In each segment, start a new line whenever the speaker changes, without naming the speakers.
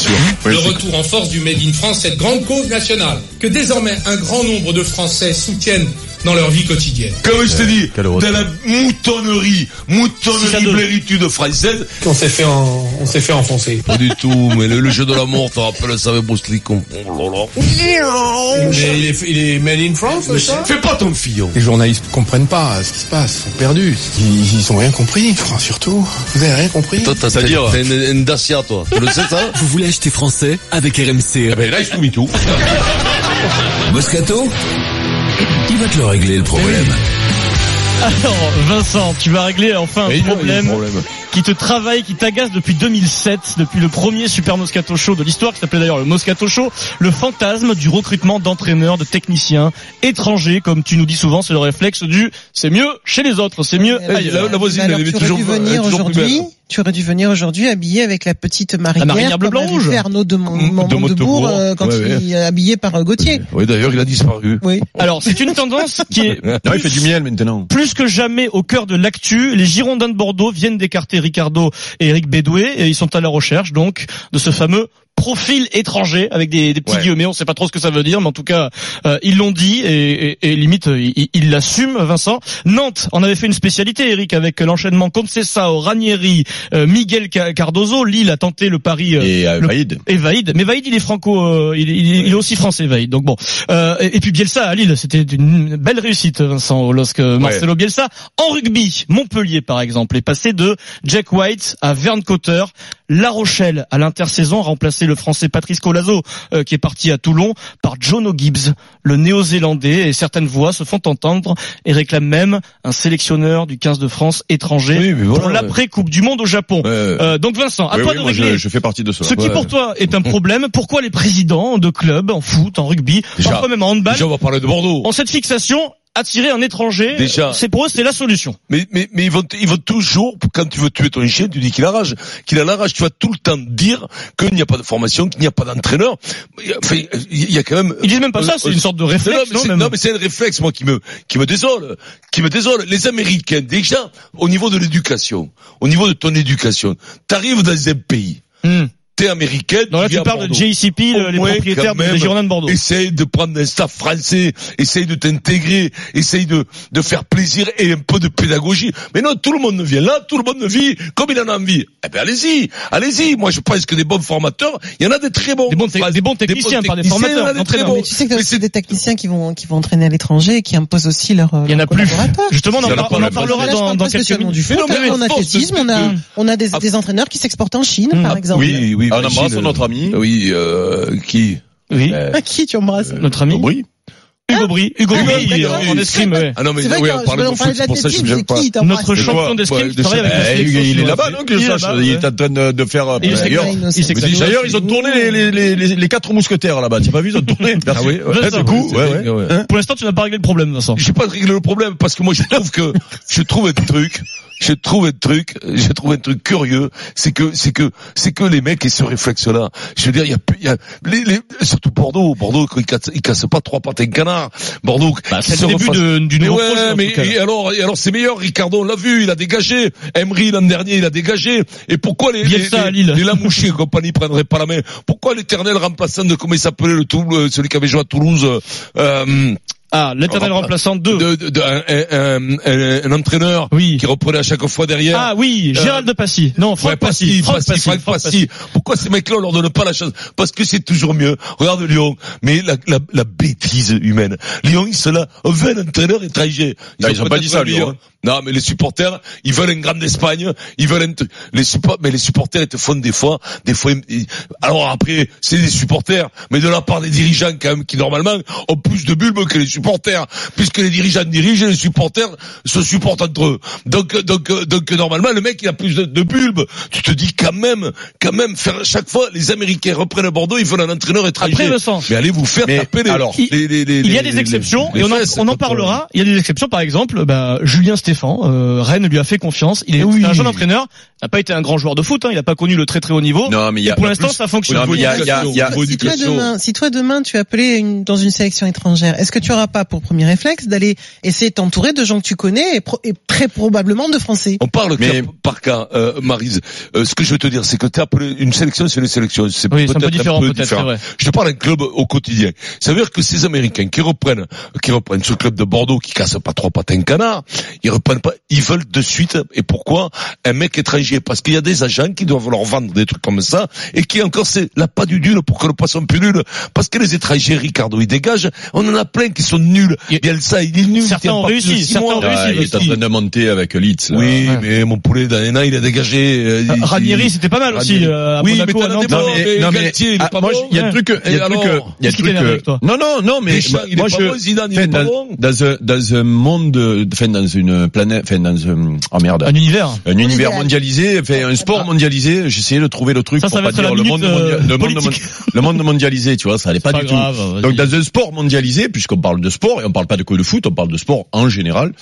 Hein
le retour en force du Made in France, cette grande cause nationale que désormais un grand nombre de Français soutiennent dans leur vie quotidienne.
Comme je te dis,
Euh, quel
de
retour.
la moutonnerie,
Six à
moutonnerie
deux.
bléritude française.
On s'est fait, en- on s'est fait enfoncer.
Pas du tout, mais le, le jeu de la mort, t'en rappelles ça avec Bruce Lee, con. Oh là là.
Mais il est, il est made in France, le chat
Fais pas ton fillon.
Les journalistes comprennent pas ce qui se passe, sont perdus. Ils, ils ont rien compris, enfin, surtout. Vous avez rien compris
Toi, t'as, t'as,
C'est-à-dire
t'as une, une Dacia, toi. Tu le sais, ça?
Vous voulez acheter français avec RMC
ben, là, il se met tout.
Moscato Il va te le régler le problème.
Alors, Vincent, tu vas régler enfin un problème, qui te travaille, qui t'agace depuis 2007, depuis le premier Super Moscato Show de l'histoire, qui s'appelait d'ailleurs le Moscato Show, le fantasme du recrutement d'entraîneurs, de techniciens étrangers, comme tu nous dis souvent, c'est le réflexe du c'est mieux chez les autres, c'est mieux
Ah,
Euh,
ailleurs.
mais alors, tu aurais dû venir aujourd'hui. Tu aurais dû venir aujourd'hui habillé avec la petite marinière,
marinière bleu,
comme
blanc,
avait
rouge.
fait Arnaud de, Mon-
Mm, de
Mon- de
Montebourg,
Bourg, euh, quand
Mmh, ouais,
il est habillé par euh, Gauthier.
Oui, d'ailleurs, il a disparu.
Oui.
Alors, c'est une tendance qui est
il fait du miel maintenant.
plus que jamais au cœur de l'actu. Les Girondins de Bordeaux viennent d'écarter Ricardo et Eric Bédoué et ils sont à la recherche donc de ce fameux profil étranger avec des, des petits
Ouais.
guillemets. On sait pas trop ce que ça veut dire, mais en tout cas euh, ils l'ont dit et, et- et limite euh, ils ils l'assument. Vincent Nantes en avait fait une spécialité, Eric, avec l'enchaînement Concessao, Ranieri, euh, Miguel Ca- Cardozo. Lille a tenté le pari. euh,
Et euh,
Le-
Vaïd.
et Vaïd, mais Vaïd il est franco, euh, il, il- il est aussi français Vaïd. Donc bon, Euh, et, et puis Bielsa à Lille, c'était une belle réussite Vincent lorsque Marcelo Bielsa en rugby, Montpellier par exemple, est passé de Jack White à Verne Cotter, La Rochelle à l'intersaison remplacé le français Patrice Colazo euh, qui est parti à Toulon par Jono Gibbs, le néo-zélandais et certaines voix se font entendre et réclament même un sélectionneur du 15 de France étranger
Oui, mais
pour
voilà.
l'après Coupe du monde au Japon.
Euh,
Euh, donc Vincent, à
Ah,
oui,
toi
oui,
de
moi,
régler
je, je fais partie de ceux.
ce qui
Ouais.
pour toi est un problème, pourquoi les présidents de clubs en foot, en rugby,
Déjà-
parfois même en handball,
Déjà, on va parler de Bordeaux.
ont cette fixation attirer un étranger
Déjà-
C'est pour eux, c'est la solution.
Mais, mais, mais ils vont, ils vont toujours, quand tu veux tuer ton chien, tu dis qu'il arrache, qu'il en arrache. Tu vas tout le temps dire qu'il n'y a pas de formation, qu'il n'y a pas d'entraîneur. Enfin, il y a quand même.
Ils disent même pas ça,
Euh,
c'est une sorte de
Non,
réflexe.
non, mais c'est-
même
non, mais c'est un réflexe moi qui me qui me désole, qui me désole. Les Américains déjà au niveau de l'éducation, au niveau de ton éducation, t'arrives dans un pays,
Hmm.
t'es américain,
Non, là,
viens
tu
à
parles de
Bordeaux.
JCP, le-
Au
euh, les
moins,
propriétaires
quand même,
des Girondins de Bordeaux.
Essaye de prendre un staff français, essaye de t'intégrer, essaye de, de faire plaisir et un peu de pédagogie. Mais non, tout le monde vient là, tout le monde vit comme il en a envie. Eh ben, allez-y, allez-y. Moi, je pense que des bons formateurs, il y en a des très bons.
Des bons tec- des bons techniciens, pas des
techniciens, il y en a
formateurs,
des très
entraîneurs.
bons.
Mais
Tu sais que
Mais
c'est
c'est-
des techniciens qui vont qui vont entraîner à l'étranger et qui imposent aussi leur
Il y en a plus. Justement, on
Il y
en,
en a
par-
pas,
on en
mais
parlera dans, dans quelques minutes.
Du foot, hein,
Mais non, mais
on a
force de-
athlétisme, on a
de-
on a des,
Ah. Mmh.
des entraîneurs qui s'exportent en Chine
Mm.
par exemple.
Oui, oui,
On
Virgile,
embrasse
euh,
notre ami.
Oui, euh, qui
Oui,
Euh,
À qui tu embrasses
notre ami
Aubry.
Hugo Bry, Hugo
Ah,
Bry,
oui,
euh,
oui,
en
oui.
escrime, ouais.
Ah non, mais
C'est vrai
oui,
que
on
quand
parlait
on
de
parlait
foot,
de
c'est pour ça que je
l'athlétisme,
me
c'est
pas.
qui t'embrasses Bah,
notre champion
ouais,
d'escrime qui
de
travaille avec la
Eh,
sélection
il est
chinoise.
là-bas, donc,
Il
je
est
sache.
là-bas,
Il
ouais.
est en train de, de faire, euh,
Il est
d'ailleurs.
sec-
il
il s'exclame.
s'exclame.
D'ailleurs, ils ont tourné les, les, les, les, les quatre mousquetaires là-bas. T'as pas vu, ils ont tourné. Merci.
oui, ouais.
Eh, du coup,
C'est
ouais,
dingue,
ouais.
ouais.
Pour l'instant, tu n'as pas réglé le problème, Vincent.
J'ai pas réglé le problème parce que moi je trouve que je trouve un truc, je trouve un truc, je trouve un truc curieux, c'est que c'est que c'est que les mecs et ce réflexe là. Je veux dire il y a plus- il y a les, les- surtout Bordeaux, Bordeaux ils cassent, ils cassent pas trois pattes à un canard. Bordeaux
Bah,
qui
c'est
se
le début
refasse-
de- du
mais
nouveau
ouais,
projet, en
mais
tout cas.
et alors et alors c'est meilleur Ricardo, on l'a vu, il a dégagé. Emery l'an dernier, il a dégagé. Et pourquoi les les,
Bielsa à
les,
Lille.
les Lamouchi et compagnie prendraient pas la main Pourquoi l'éternel remplaçant de comment il s'appelait le Toul- euh, celui qui avait joué à Toulouse euh, euh,
Ah, l'éternel
On va-
remplaçant 2.
de, de- de- un, un- un- un entraîneur
Oui.
qui reprenait à chaque fois derrière.
Ah oui,
Euh,
Gérald de Passy. Non,
Ouais,
Franck Passy. Franck
Passy,
Passy.
Franck
Franck
Passy. Pourquoi ces mecs-là, on leur donne pas la chance Parce que c'est toujours mieux. Regarde Lyon, mais la, la, la bêtise humaine. Lyon, ils sont là, 20 entraîneurs étrangers.
Ah, ils ont pas dit ça, Lyon, hein.
Non, mais les supporters, ils veulent une grande Espagne, ils veulent un truc. les supporters, mais les supporters, ils te font des fois, des fois, ils- ils- alors après, c'est des supporters, mais de la part des dirigeants, quand même, qui normalement ont plus de bulbes que les supporters, puisque les dirigeants dirigent et les supporters se supportent entre eux. Donc, euh, donc, euh, donc, euh, normalement, le mec, il a plus de, de bulbes. Tu te dis quand même, quand même, faire, chaque fois, les Américains reprennent Bordeaux, ils veulent un entraîneur étranger.
Après, Vincent.
Mais allez vous faire
Mais
taper les,
alors,
les- les- les-
Il y a
les-
des
les-
exceptions
les
et on en,
fesses,
on en
quand
parlera. Il y a des exceptions, par exemple, bah, Julien défend. Euh, Rennes lui a fait confiance. Il est
Oui.
c'est un jeune entraîneur. Il n'a pas été un grand joueur de foot. Hein. Il n'a pas connu le très très haut niveau.
Non, mais il y
Et
a.
pour
en
l'instant,
plus,
ça fonctionne.
non, mais il y a- il y a- il y a-
Si toi, demain, si toi demain tu es appelé une- dans une sélection étrangère, est-ce que tu auras pas pour premier réflexe d'aller essayer de t'entourer de gens que tu connais et, pro- et très probablement de Français
Oh.
On parle
Mais-
cas par cas, euh, Marise. Euh, ce que je veux te dire, c'est que t'as appelé une sélection, c'est une sélection. C'est
Oui, c'est
peut-être
un peu différent peut-être. c'est
différent.
vrai.
Je te parle d'un club au quotidien. Ça veut dire que ces Américains qui reprennent, qui reprennent ce club de Bordeaux qui casse pas trois patins canards, ils reprennent pas, ils veulent de suite. Et pourquoi un mec étranger Parce qu'il y a des agents qui doivent leur vendre des trucs comme ça et qui encore c'est la pas du nul pour que le poisson plus nul. Parce que les étrangers, Ricardo, ils dégagent. On en a plein qui sont nuls.
Et-
Bielsa, il est nul. il
Certains
tient
ont
pas plus de
réussi,
six
certains
mois.
ont
Ah,
réussi,
il est en train de monter avec Leeds. là.
Oui,
Ouais.
mais mon poulet d'Anena, il a dégagé. euh,
Ah,
il-
Ranieri, c'était pas mal aussi.
Ranieri.
euh, à
Oui,
Monaco,
mais t'en
à
as
Nantes.
des bons.
Non, mais-
mais
non,
Galtier, il est
ah,
pas
moi,
bon.
hein.
il y a un truc, il y
Et
a un truc,
alors
il y a un
Qu'est-ce qui
truc,
t'énerve avec toi
non, non, non, mais
Deschamps, il est
moi
pas
je,
bon, Zidane, il est
enfin,
pas
dans,
bon.
dans un, dans un monde, enfin, dans une planète, enfin, dans un, oh merde.
Un univers.
Un univers
Mondial.
mondialisé, enfin, un sport mondialisé, j'essayais de trouver le truc
Ça, ça va
pour pas
être la
dire le
minute,
monde,
euh,
mondia- le, monde
politique.
mon- le monde mondialisé, tu vois, ça allait pas,
Pas
du
grave, vas-y.
tout. Donc dans un sport mondialisé, puisqu'on parle de sport, et on parle pas de que de foot, on parle de sport en général,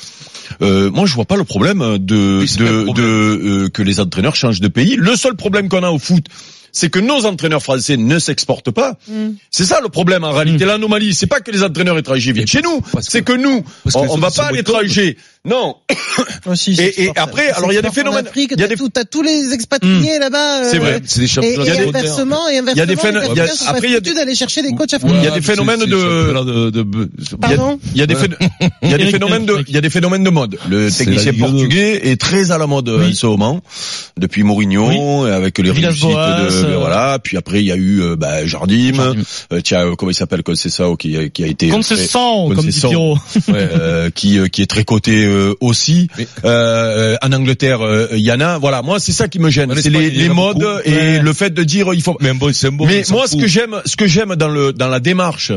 euh, moi je vois pas le problème de,
Oui, c'est
de,
pas le problème.
de, euh, que les entraîneurs changent de pays. Le seul problème qu'on a au foot, c'est que nos entraîneurs français ne s'exportent pas.
Hmm.
C'est ça le problème en réalité, l'anomalie. C'est pas que les entraîneurs étrangers viennent
Mais
chez nous,
Hmm. parce
c'est
que-
que nous,
parce que
on,
les
on va
autres sont
pas à
boycottes.
l'étranger. Non,
Oh, si,
Et-
c'est
et
sport,
après,
ça.
alors, il y a
C'est sport
des
en
phénomènes-
Afrique,
il y a
t'as
des- Hmm.
tout- T'as tous les expatriés là-bas.
C'est
euh,
vrai.
C'est des
Et,
champions
et
de
inversement, et inversement,
Il y a des
les
phénomènes- il y a-
Africains sont
après,
pas
il y a des- Hmm.
foutus d'aller chercher des coachs
il
africains.
y a des phénomènes de-
de, de- de-
Pardon
Il y a des phé- il y a des
Eric
phénomènes de
Eric.
il y a des phénomènes de mode. Le
C'est la
technicien
Ligue
portugais est très à la mode
Oui.
en ce moment depuis Mourinho avec les réussites
Villas-Boas,
de
euh,
voilà, puis après il y a eu euh, bah, Jardim,
Jardim.
Euh, tiens euh, comment il s'appelle Concessao qui a- qui a été
Comme
très-
c'est sang,
Contre
comme
ses
dit
sangs.
Pierrot.
ouais, euh, qui euh, qui est très coté euh, aussi
Mais-
Euh, euh, en Angleterre euh, il y en a voilà, moi c'est ça qui me gêne,
En
c'est
Espagne,
les,
il y en a
les modes
beaucoup.
et
Ouais.
le fait de dire il faut
Mais un bon, c'est un bon.
mais
on s'en
moi, ce
fout.
que j'aime, ce que j'aime dans le dans la démarche.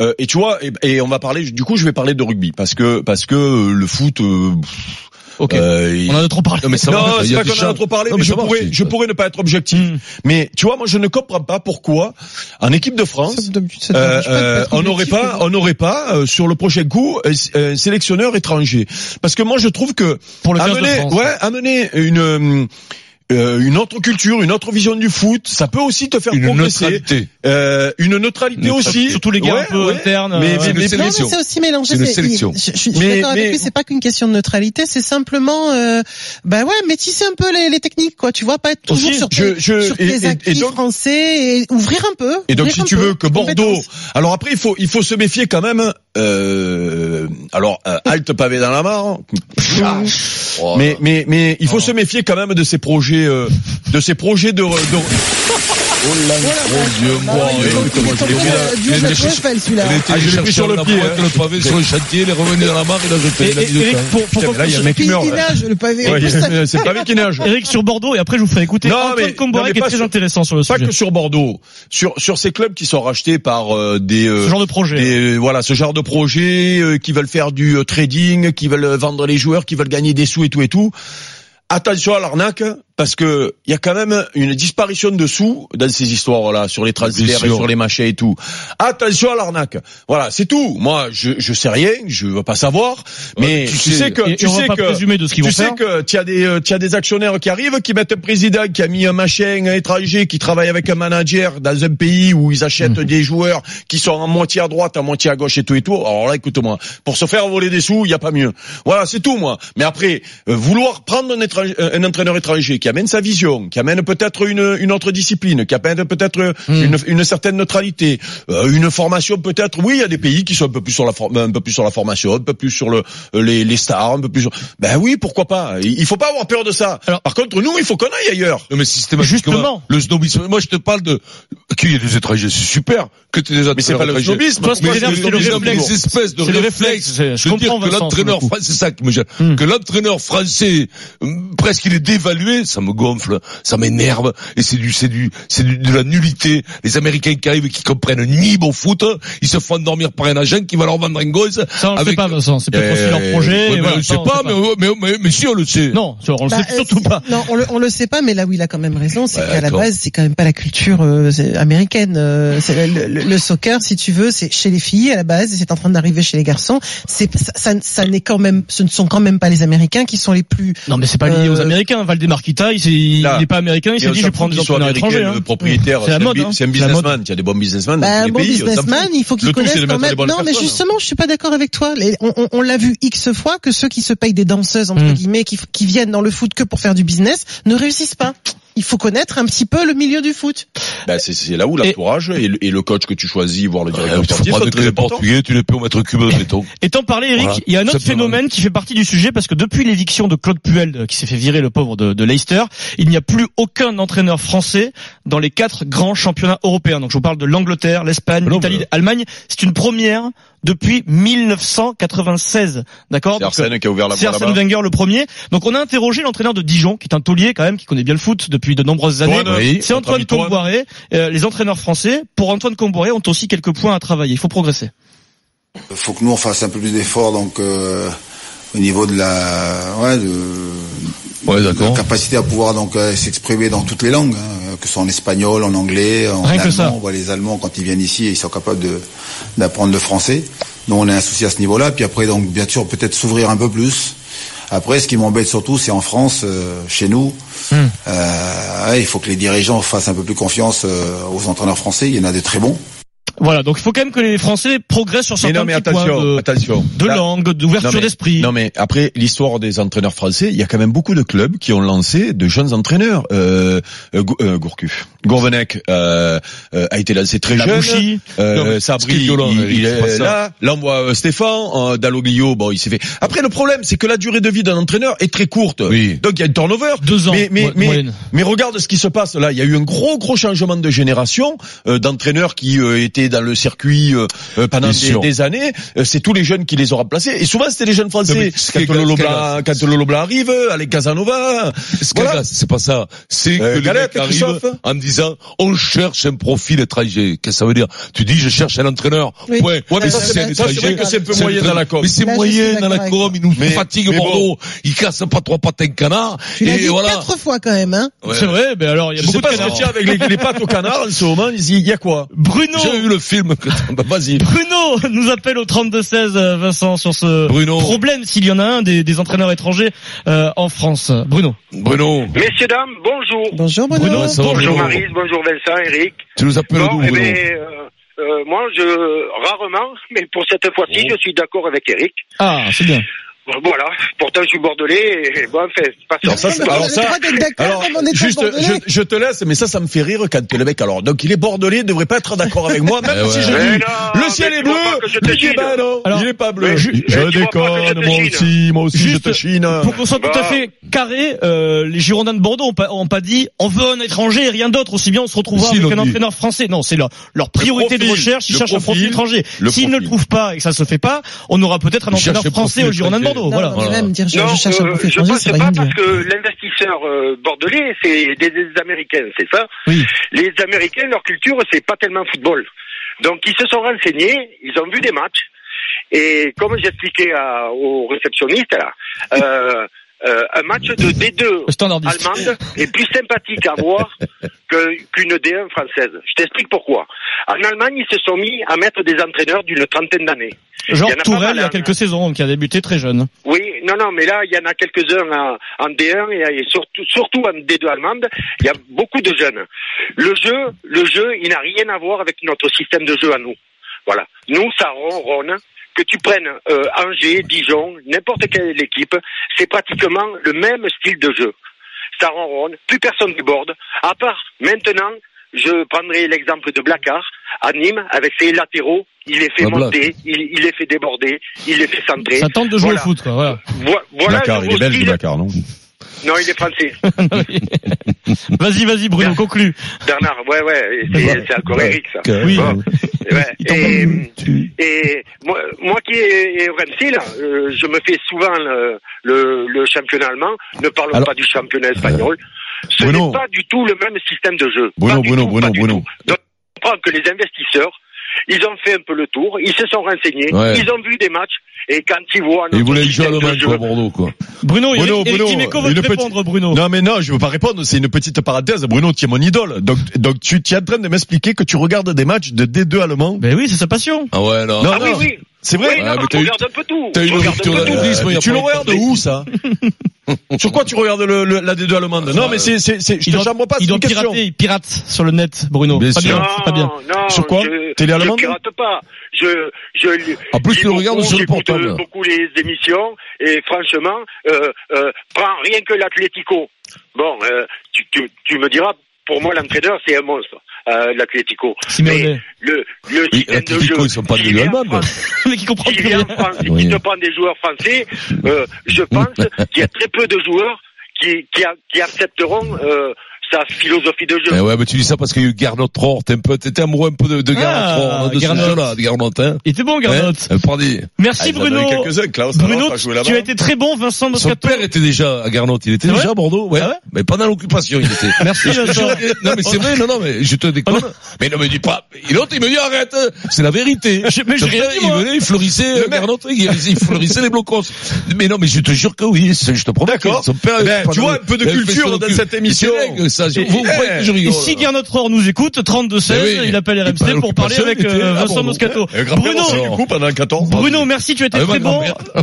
euh, et tu vois, et, et on va parler. Du coup, je vais parler de rugby parce que parce que euh, le foot. euh, pff,
Ok.
euh, il-
On en a trop parlé.
Non, mais ça
non,
va, il
c'est
y a
pas
des
qu'on en
gens-
a trop parlé.
Non,
mais
mais
je
ça marche,
pourrais,
c'est- Mm.
je pourrais ne pas être objectif. Mais tu vois, moi, je ne comprends pas pourquoi en équipe de France, euh, euh, on n'aurait pas, on n'aurait pas euh, sur le prochain coup un s- un sélectionneur étranger. Parce que moi, je trouve que
Pour le 15 de
amener,
France.
ouais, amener une euh, euh, une autre culture, une autre vision du foot, ça peut aussi te faire
une
progresser.
neutralité.
Euh, une neutralité aussi.
Surtout les gars
Ouais,
un peu
ouais.
internes. ouais.
Mais-
une
mais-
Non, mais
sélection.
c'est aussi mélangé.
C'est une
c'est-
sélection.
Je, je- je suis
Mais-
d'accord
mais-
avec lui, c'est pas qu'une question de neutralité, c'est simplement, euh, bah ouais, métisser un peu les, les techniques, quoi. Tu vois, pas être toujours
Aussi,
sur
je-
tes,
je-
sur
et-
tes
et- et
acquis
donc-
français et ouvrir un peu.
Et donc
ouvrir
si
un
tu
peu
veux que
tes
Bordeaux,
compétences.
alors après il faut il faut se méfier quand même. Euh, alors euh, halte pavé dans la mare. hein.
Oh,
Mais mais mais il faut se méfier quand même de ces projets euh, de ces projets de, de-
Ah ouais,
Oh,
il
écoute,
faut- il
moi, je
faut
l'ai
prendre,
mis là.
euh, du
Il
haut de la
était chez-
tour Eiffel, celui-là.
il était
Ah, je l'ai
chercher
pris sur le
la
pied,
pointe,
hein.
le pavé sur le chantier, il est revenu dans la mare, il a jeté
Et-
il a mis
et-
le
Eric,
camp.
pour, pour,
Putain, mais là, il y a un mec
Puis
qui meurt.
il
là.
nage, le pavé.
Ouais,
En plus, ça-
c'est pas avec qui nage.
Eric sur Bordeaux et après je vous ferai écouter
Non,
Antoine
mais-
Comboiré
non, mais
qui est
pas
très
sur-
intéressant sur le
Pas
sujet.
que sur Bordeaux, sur sur ces clubs qui sont rachetés par euh, des euh,
Ce genre de projet.
des- voilà ce genre de projet euh, qui veulent faire du euh, trading, qui veulent euh, vendre les joueurs, qui veulent gagner des sous et tout et tout. Attention à l'arnaque hein, parce que il y a quand même une disparition de sous dans ces histoires là sur les
Bien
transferts et
sûr.
sur les machins et tout. Attention à l'arnaque. Voilà, c'est tout. Moi, je je sais rien, je veux pas savoir, mais tu, sais, que
Et- et
tu
on va
sais
pas
que
présumer de ce qu'ils vont
tu sais
faire.
que tu as des euh, tu as des actionnaires qui arrivent, qui mettent un président qui a mis un machin un étranger qui travaille avec un manager dans un pays où ils achètent
Mhm.
des joueurs qui sont en moitié à droite, en moitié à gauche et tout et tout. Alors là, écoute-moi, pour se faire voler des sous, il y a pas mieux. Voilà, c'est tout moi. Mais après, euh, vouloir prendre un, étranger- euh, un entraîneur étranger qui amène sa vision, qui amène peut-être une une autre discipline, qui amène peut-être euh,
Hmm.
une, une certaine neutralité, euh, une formation peut-être. Oui, il y a des pays qui sont un peu plus sur la for- un peu plus sur la formation, un peu plus sur le les, les stars, un peu plus sur ben oui, pourquoi pas Il il faut pas avoir peur de ça.
Alors-
Par contre, nous, il faut qu'on aille ailleurs.
Non, mais systématiquement,
Justement.
le snobisme. Moi, je te parle de qu'il y ait des étrangers, c'est super. Que tu des
Mais c'est pas le
étrangers.
snobisme.
Toi, ce qui
Moi,
t'énerve,
je
c'est le
dis, j'ai
réflexe.
Des espèces de
C'est le
réflexes.
réflexe, c'est- je
Je veux dire
comprends
que
Vincent, sur le Hmm.
l'entraîneur
coup.
français, c'est ça qui me gêne.
Hmm.
Que l'entraîneur français, hum, presque il est dévalué, ça me gonfle, ça m'énerve, et c'est du, c'est du, c'est du- de la nullité. Les Américains qui arrivent et qui comprennent ni au foot, ils se font endormir par un agent qui va leur vendre un gosse.
Ça, on le sait
Avec-
pas, Vincent. C'est peut-être aussi
Euh,
leur projet.
ouais,
et
mais
voilà,
on le
ça,
sait
on
pas, mais, mais, mais, mais si on le sait.
Non, ça, on le
Bah,
sait surtout
euh,
pas.
Non, on le, on le sait pas, mais là où il a quand même raison, c'est
Ouais,
qu'à la
d'accord.
base, c'est quand même pas la culture euh, c'est- américaine. Euh, c'est le, le- le soccer, si tu veux, c'est chez les filles à la base, et c'est en train d'arriver chez les garçons. C'est ça, ça, ça n'est quand même, ce ne sont quand même pas les Américains qui sont les plus.
Non, mais c'est pas lié
Euh,
aux Américains. Valdemarquita, il s'est- il
Là.
n'est pas américain, il s'est
on
dit,
s'en
je vais
fout
prendre des
qu'ils soient
entraîneurs
américains,
étrangers.
Le
hein.
propriétaire,
C'est la
un
mode,
bi-
hein.
c'est un
C'est la mode.
businessman. Il y a des bons businessmen
Bah,
dans
un
tous les
bon
pays. on s'en fout.
businessman, il faut qu'il
Le tout, c'est
connaisse
de
quand
mettre les
même.
bonnes
Non, mais
personnes.
justement, je suis pas d'accord avec toi. Les- on on- on l'a vu x fois que ceux qui se payent des danseuses entre
Hmm.
Mm.
guillemets, qui, f- qui viennent dans le foot que pour faire du business, ne réussissent pas. Il faut connaître un petit peu le milieu du foot.
Bah, c'est- c'est là où l'entourage et, le- et le coach que tu choisis, voire le directeur
Euh, tu
sportif,
prends
sont
des
très
clés
importants.
portugais, tu les paies au mètre cube, mettons.
Et t'en parlais, Eric,
Voilà,
il y a un autre
simplement.
phénomène qui fait partie du sujet parce que depuis l'éviction de Claude Puel, euh, qui s'est fait virer le pauvre de, de Leicester, il n'y a plus aucun entraîneur français dans les quatre grands championnats européens. Donc je vous parle de l'Angleterre, l'Espagne,
Non,
l'Italie,
mais-
l'Allemagne. C'est une première depuis 1996. D'accord
C'est
Donc, euh,
Arsène qui a ouvert la
c'est
voie
Arsène
là-bas.
Wenger le premier. Donc on a interrogé l'entraîneur de Dijon, qui est un taulier quand même, qui connaît bien le foot depuis de nombreuses années.
Toine, oui,
C'est
notre
Antoine
ami Toine.
Comboiré. Euh, les entraîneurs français, pour Antoine Comboiré, ont aussi quelques points à travailler. Il faut progresser.
Il faut que nous on fasse un peu plus d'efforts donc euh, au niveau de la ouais, de,
Ouais,
de la
d'accord.
capacité à pouvoir donc euh, s'exprimer dans toutes les langues, hein, que ce soit en espagnol, en anglais, en
Rien que
allemand.
ça.
On voit les Allemands quand ils viennent ici, ils sont capables de d'apprendre le français. Donc on a un souci à ce niveau-là. Puis après donc bien sûr peut-être s'ouvrir un peu plus. Après, ce qui m'embête surtout, c'est en France, euh, chez nous,
Hmm.
euh, ouais, il faut que les dirigeants fassent un peu plus confiance euh, aux entraîneurs français. Il y en a de très bons.
Voilà, donc il faut quand même que les Français progressent sur
Mais
certains
non, mais
petits points
attention,
de,
attention.
de
Là-
langue,
Non,
d'ouverture
mais-
d'esprit.
Non mais après l'histoire des entraîneurs français, il y a quand même beaucoup de clubs qui ont lancé de jeunes entraîneurs. Euh, euh, Gou- euh, Gourcuff, Gourvenec euh, euh, a été lancé très jeune.
Labouchi.
Non, mais
Euh,
ce
Sabri,
qui est violent,
il,
Eric,
il
c'est pas
est
ça.
là. Là on voit euh, Stéphane, euh, Dalloglio, bon il s'est fait. Après le problème c'est que la durée de vie d'un entraîneur est très courte.
Oui.
Donc il y a une turnover.
Deux ans,
Mais, mais,
mo-
mais-
moyenne.
mais regarde ce qui se passe là. Il y a eu un gros gros changement de génération euh, d'entraîneurs qui euh, étaient dans le circuit euh, euh, pendant
Bien
des,
sûr.
des années. Euh, c'est tous les jeunes qui les ont remplacés. Et souvent c'était les jeunes
Non,
français.
mais ce qui est
Quand Lolo
gra-
Blanc, quand Lolo Blanc arrive, Alain Casanova.
Ce
Voilà.
qu'elle a, c'est pas ça. C'est
Euh,
que les
Galette,
mecs arrivent
Christophe
en disant on cherche un profil étranger. Qu'est-ce que ça veut dire Tu dis je cherche un entraîneur.
Oui.
Ouais,
Ouais, mais
mais
ça,
si
c'est
c'est un
vrai- ça, c'est
étranger.
vrai que c'est un peu
moyen
étranger.
dans la com.
Mais c'est
Là, je suis
moyen dans
d'accord
la
avec
com.
toi.
Ils nous
Mais-
fatiguent
mais bon.
Bordeaux. Ils cassent pas trois patins de canard.
Tu l'as
et
dit
voilà.
quatre fois quand même, hein.
Ouais.
C'est vrai, mais alors il y a
Je sais
beaucoup de
pas ce que
canards.
tient avec les, les pattes au canard en ce moment. Il y- il y a quoi
Bruno,
J'ai vu le film. que t'as- bah, Vas-y.
Bruno nous appelle au 32-16, euh, Vincent, sur ce
Bruno.
problème, s'il y en a un, des, des entraîneurs étrangers euh, en France. Bruno.
Bruno.
Messieurs, dames, bonjour.
Bonjour Bruno.
Bruno, ça va,
Bonjour
Bruno
Marise, bonjour Vincent, Eric.
Tu nous appelles
Bon,
d'où
eh
Bruno
ben, euh, euh, moi, je rarement, mais pour cette fois-ci,
Oh.
je suis d'accord avec Eric.
Ah, c'est bien.
Voilà. Pourtant, je suis bordelais. Et, et bon, enfin, c'est pas
Alors ça,
Mais
c'est-
on a
alors
le
ça-
droit d'être d'accord,
Alors,
comme on est
juste,
pas bordelais.
je, je te laisse, mais ça, ça me fait rire quand le mec. Alors, donc, il est bordelais, il devrait pas être d'accord avec moi, même
Eh
si
ouais.
je
Mais
dis,
non,
le ciel
mais
est
tu
bleu,
vois pas que je te
le
chine.
Cubain, non,
Alors,
il est pas bleu.
mais
je
je- mais tu vois pas que je
déconne,
te
moi
chine.
aussi, moi aussi,
Juste-
je te chine.
Pour qu'on soit tout à
Bah.
fait carré, euh, les Girondins de Bordeaux ont pas, ont pas dit on veut un étranger et rien d'autre. Aussi bien on se retrouvera
Si, ils
avec
l'ont
un
dit.
entraîneur français. Non, c'est leur, leur priorité de
profil,
recherche. Ils
le
cherchent un profil
profil,
étranger.
le
S'ils ne le
profil.
trouvent pas et que ça se fait pas, on aura peut-être un
Ils cherchent
entraîneur
le
français
profil
aux Girondins de
étranger.
Bordeaux.
Non,
Voilà.
non, mais même dire je,
non,
je cherche un
euh,
profil
je
étranger,
pense
c'est
pas
rien
parce
dire.
que l'investisseur euh, bordelais, c'est des, des Américains, c'est ça
Oui.
Les Américains, leur culture, c'est pas tellement football. Donc, ils se sont renseignés, ils ont vu des matchs, et comme j'expliquais à- au réceptionniste, là, euh, euh, un match de D2
Le standardiste.
allemande est plus sympathique à voir que- qu'une D1 française. Je t'explique pourquoi. En Allemagne, ils se sont mis à mettre des entraîneurs d'une trentaine d'années.
Genre
Il y en a pas
Tourelle,
mal,
il y a
hein.
quelques saisons, qui a débuté très jeune.
Oui, non, non, mais là, il y en a quelques-uns en, en D1 et, et surtout, surtout en D2 allemande. Il y a beaucoup de jeunes. Le jeu, le jeu, il n'a rien à voir avec notre système de jeu à nous. Voilà. Nous, ça ronronne. Que tu prennes euh, Angers, Dijon, n'importe quelle équipe, c'est pratiquement le même style de jeu. Ça ronronne, plus personne déborde. À part maintenant, je prendrai l'exemple de Blacard à Nîmes avec ses latéraux. Il les
Ah,
fait
Black.
monter, il, il les fait déborder, il les fait centrer.
Ça tente de jouer
Voilà.
au foot, quoi. Voilà.
Vo- voilà
Blacard,
le
il est
nouveau
belge,
style.
Blacard, non?
Non, il est français.
Vas-y, vas-y, Bruno, conclue.
Bernard, ouais, ouais, c'est c'est encore Eric, ça.
Oui.
Bon. Ouais,
Il
Et,
t'emmène.
et moi, moi qui est RMC, là, euh, je me fais souvent le, le, le championnat allemand, ne parlons
Alors-
pas du championnat espagnol. Ce n'est pas du tout le même système de jeu.
Euh, Bruno,
Pas du
Bruno,
tout,
Bruno,
pas du
Bruno.
tout. Donc, on comprend que les investisseurs, ils ont fait un peu le tour, ils se sont renseignés,
Ouais.
ils ont vu des matchs, et quand ils voient
Et
notre
vous voulez le jeu
système de
allemand,
jeu-
quoi, Bordeaux, quoi.
Bruno, Eric-
Bruno,
Eric
Bruno,
Dimeco veut te
une
répondre,
petite-
Bruno.
Non, mais non, je veux pas répondre. C'est une petite parenthèse. Bruno, tu es mon idole. Donc, donc tu, tu es en train de m'expliquer que tu regardes des matchs de D2 allemand.
Ben oui, c'est sa passion.
Ah ouais, non.
Non,
Ah oui, oui.
C'est vrai.
Oui, non,
Ouais, Ah, mais
je
t'as eu-
regarde un peu tout.
t'as eu
Je
une
regarde
rupture
un peu
de-
tout.
tourisme, il y a
tu
pas
le
les
regardes
touristes.
où ça Sur quoi tu regardes le, le- la D2 allemande Non, mais c'est, c'est, c'est, je
Il
te
doit,
chambre pas.
il
C'est
doit
une question.
pirater, il pirate sur le net, Bruno.
Bien
C'est pas
sûr.
bien, c'est pas bien.
Non,
Sur quoi
je,
Télé allemande
Je pirate pas. Je, je.
En plus,
lis
tu le regardes
beaucoup,
sur le
j'écoute,
portable.
euh, beaucoup les émissions et franchement, euh, euh, prends rien que l'Atlético. Bon, euh, tu, tu, tu me diras. Pour moi, l'entraîneur, c'est un monstre, euh, l'Atlético.
Simeone.
le, le
Oui,
système de jeu.
l'Atlético, ils sont pas
s'il
devenus
est en
allemands.
France-
Mais qui comprend
s'il
plus
est en
rien.
France et
Oui.
qu'il te prend des joueurs français, euh, je pense qu'il y a très peu de joueurs qui, qui, a- qui accepteront euh, sa philosophie de jeu.
Eh ouais, mais tu dis ça parce qu'il y a eu Garnot Trort, un peu, t'étais amoureux un peu de, de
Ah,
Garnot Trort, de ce
Garnot.
jeu-là, de Garnot, hein.
Il était bon, Garnot.
Hein Pardon.
Merci,
Ah, Il y en a eu
Bruno.
quelques-uns, Klaus,
Bruno,
alors, t'as joué
tu as
là-bas.
été très bon, Vincent
Son
Moscato.
père était déjà à Garnot, il était
C'est
déjà
vrai
à Bordeaux, ouais.
Ah ouais
mais pendant l'occupation, il était.
Merci, Vincent. Ah
Je- non mais c'est vrai, non non mais je te déconne. Mais non mais dis pas. Et l'autre il me dit arrête, hein, c'est la vérité.
Je- mais j'ai
Son
rien
père,
dit,
il
moi.
venait, il fleurissait, euh, Garnot, il, il fleurissait les blocos. Mais non mais je te jure que oui, c'est- je te promets.
D'accord.
que Son père,
Ben,
pendant-
tu vois, un peu de
il avait fait
culture
son
dans
cul.
cette
C'est
émission.
dingue, ça. Je-
Et-
Vous croyez
eh,
que je
Et
rigole
si
là.
Gernot Rohr nous écoute, 32-16,
Mais oui.
il appelle
Et
RMC
pendant
pour parler
l'occupation,
avec
il était
euh,
à
Vincent
Bordeaux.
Moscato.
Et grand-père
Bruno,
aussi, du coup, Oh, pendant 14.
Bruno, merci, tu as été
Eh Ah oui, ma
très bon.
grand-mère.